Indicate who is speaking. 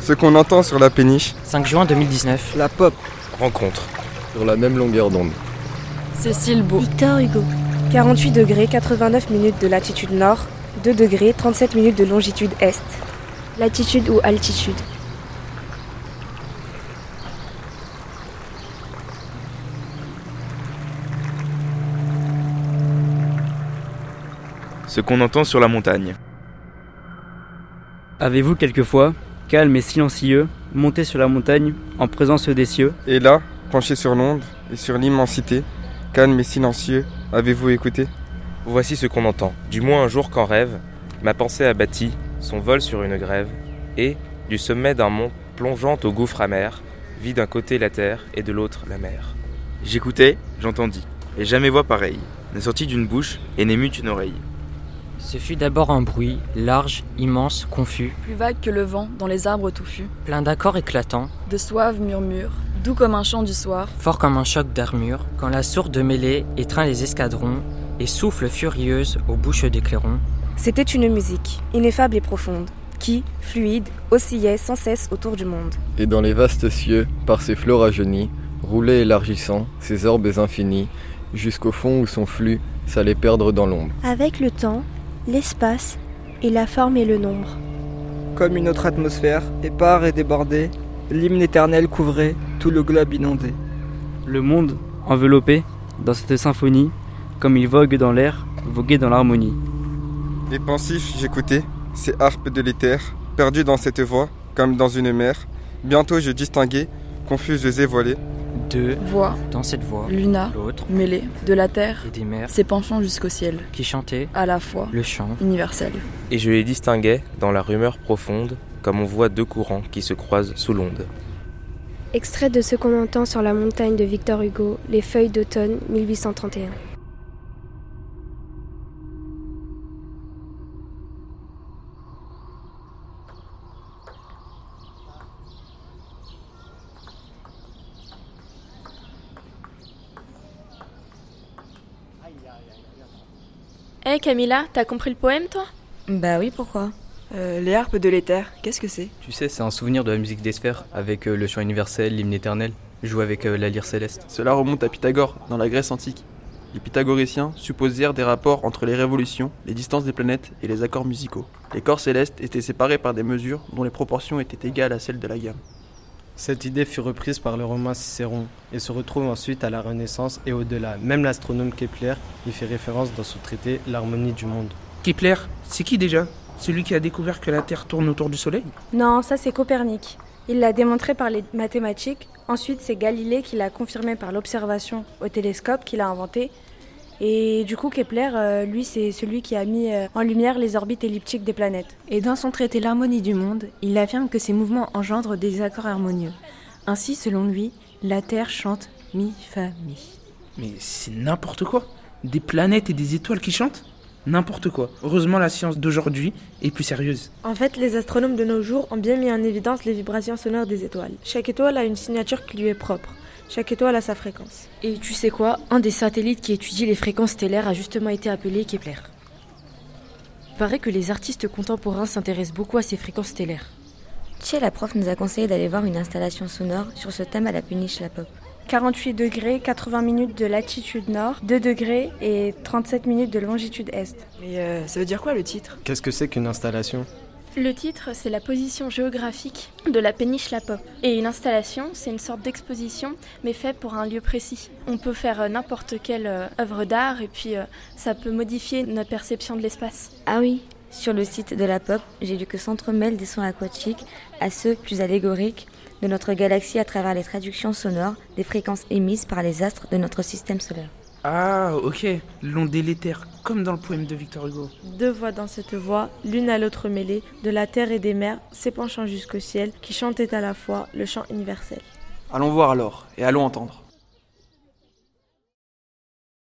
Speaker 1: Ce qu'on entend sur la péniche,
Speaker 2: 5 juin 2019.
Speaker 3: La pop.
Speaker 4: Rencontre. Sur la même longueur d'onde.
Speaker 5: Cécile Beau.
Speaker 6: Victor Hugo.
Speaker 7: 48 degrés 89 minutes de latitude nord, 2 degrés 37 minutes de longitude est.
Speaker 6: Latitude ou altitude
Speaker 8: Ce qu'on entend sur la montagne.
Speaker 9: Avez-vous quelquefois, calme et silencieux, monté sur la montagne en présence des cieux
Speaker 1: et là, penché sur l'onde et sur l'immensité, calme et silencieux, avez-vous écouté
Speaker 4: Voici ce qu'on entend. Du moins un jour qu'en rêve, ma pensée a bâti son vol sur une grève, et, du sommet d'un mont plongeant au gouffre amer, vit d'un côté la terre et de l'autre la mer.
Speaker 8: J'écoutais, j'entendis, et jamais voix pareille, n'est sortie d'une bouche et n'émut une oreille.
Speaker 2: Ce fut d'abord un bruit, large, immense, confus,
Speaker 5: Plus vague que le vent dans les arbres touffus.
Speaker 2: plein d'accords éclatants,
Speaker 5: De suaves murmures. Doux comme un chant du soir.
Speaker 2: fort comme un choc d'armure, quand la sourde mêlée étreint les escadrons et souffle furieuse aux bouches d'éclairons.
Speaker 7: C'était une musique, ineffable et profonde, qui, fluide, oscillait sans cesse autour du monde.
Speaker 4: Et dans les vastes cieux, par ses flots rajeunis, roulaient élargissant ses orbes infinies, jusqu'au fond où son flux s'allait perdre dans l'ombre.
Speaker 6: Avec le temps, l'espace et la forme et le nombre.
Speaker 3: Comme une autre atmosphère, épars et débordée, l'hymne éternel couvrait tout le globe inondé.
Speaker 9: Le monde, enveloppé dans cette symphonie, comme il vogue dans l'air, voguait dans l'harmonie.
Speaker 1: Et pensif, j'écoutais ces harpes de l'éther, perdues dans cette voix, comme dans une mer. Bientôt je distinguais, confuses et voilées,
Speaker 2: Deux,
Speaker 5: Voix,
Speaker 2: dans cette voix,
Speaker 5: Luna,
Speaker 2: l'autre,
Speaker 5: mêlée, de la terre,
Speaker 2: et des mers,
Speaker 5: s'épanchant jusqu'au ciel,
Speaker 2: qui chantaient
Speaker 5: à la fois
Speaker 2: le chant.
Speaker 5: universelle.
Speaker 4: Et je les distinguais dans la rumeur profonde, comme on voit deux courants qui se croisent sous l'onde.
Speaker 6: Extrait de ce qu'on entend sur la montagne de Victor Hugo, Les feuilles d'automne 1831.
Speaker 10: Hé Eh, Camilla, t'as compris le poème toi
Speaker 11: Bah oui, pourquoi Euh, Les harpes de l'éther, qu'est-ce que c'est
Speaker 12: Tu sais, c'est un souvenir de la musique des sphères, avec euh, le chant universel, l'hymne éternel, joué avec euh, la lyre céleste.
Speaker 13: Cela remonte à Pythagore, dans la Grèce antique. Les pythagoriciens supposèrent des rapports entre les révolutions, les distances des planètes et les accords musicaux. Les corps célestes étaient séparés par des mesures dont les proportions étaient égales à celles de la gamme.
Speaker 14: Cette idée fut reprise par le romain Cicéron et se retrouve ensuite à la Renaissance et au-delà. Même l'astronome Kepler y fait référence dans son traité L'harmonie du monde.
Speaker 15: Kepler, c'est qui déjà Celui qui a découvert que la Terre tourne autour du Soleil
Speaker 16: Non, ça c'est Copernic. Il l'a démontré par les mathématiques. Ensuite, c'est Galilée qui l'a confirmé par l'observation au télescope qu'il a inventé. Et du coup, Kepler, euh, lui, c'est celui qui a mis euh, en lumière les orbites elliptiques des planètes.
Speaker 11: Et dans son traité L'harmonie du monde, il affirme que ces mouvements engendrent des accords harmonieux. Ainsi, selon lui, la Terre chante mi fa mi.
Speaker 15: Mais c'est n'importe quoi Des planètes et des étoiles qui chantent N'importe quoi. Heureusement, la science d'aujourd'hui est plus sérieuse.
Speaker 16: En fait, les astronomes de nos jours ont bien mis en évidence les vibrations sonores des étoiles. Chaque étoile a une signature qui lui est propre. Chaque étoile a sa fréquence.
Speaker 11: Et tu sais quoi Un des satellites qui étudie les fréquences stellaires a justement été appelé Kepler. Il paraît que les artistes contemporains s'intéressent beaucoup à ces fréquences stellaires.
Speaker 10: Chez la prof nous a conseillé d'aller voir une installation sonore sur ce thème à la péniche La Pop.
Speaker 16: 48 degrés, 80 minutes de latitude nord, 2 degrés et 37 minutes de longitude est.
Speaker 11: Mais ça veut dire quoi le titre
Speaker 14: Qu'est-ce que c'est qu'une installation
Speaker 10: Le titre, c'est la position géographique de la péniche La Pop. Et une installation, c'est une sorte d'exposition, mais faite pour un lieu précis. On peut faire euh, n'importe quelle euh, œuvre d'art et puis euh, ça peut modifier notre perception de l'espace.
Speaker 5: Ah oui, sur le site de la pop, j'ai lu que s'entremêlent des sons aquatiques à ceux plus allégoriques de notre galaxie à travers les traductions sonores des fréquences émises par les astres de notre système solaire.
Speaker 15: Ah, ok. L'onde et l'éther, comme dans le poème de Victor Hugo.
Speaker 16: Deux voix dans cette voix, l'une à l'autre mêlées, de la terre et des mers, s'épanchant jusqu'au ciel, qui chantaient à la fois le chant universel.
Speaker 13: Allons voir alors, et allons entendre.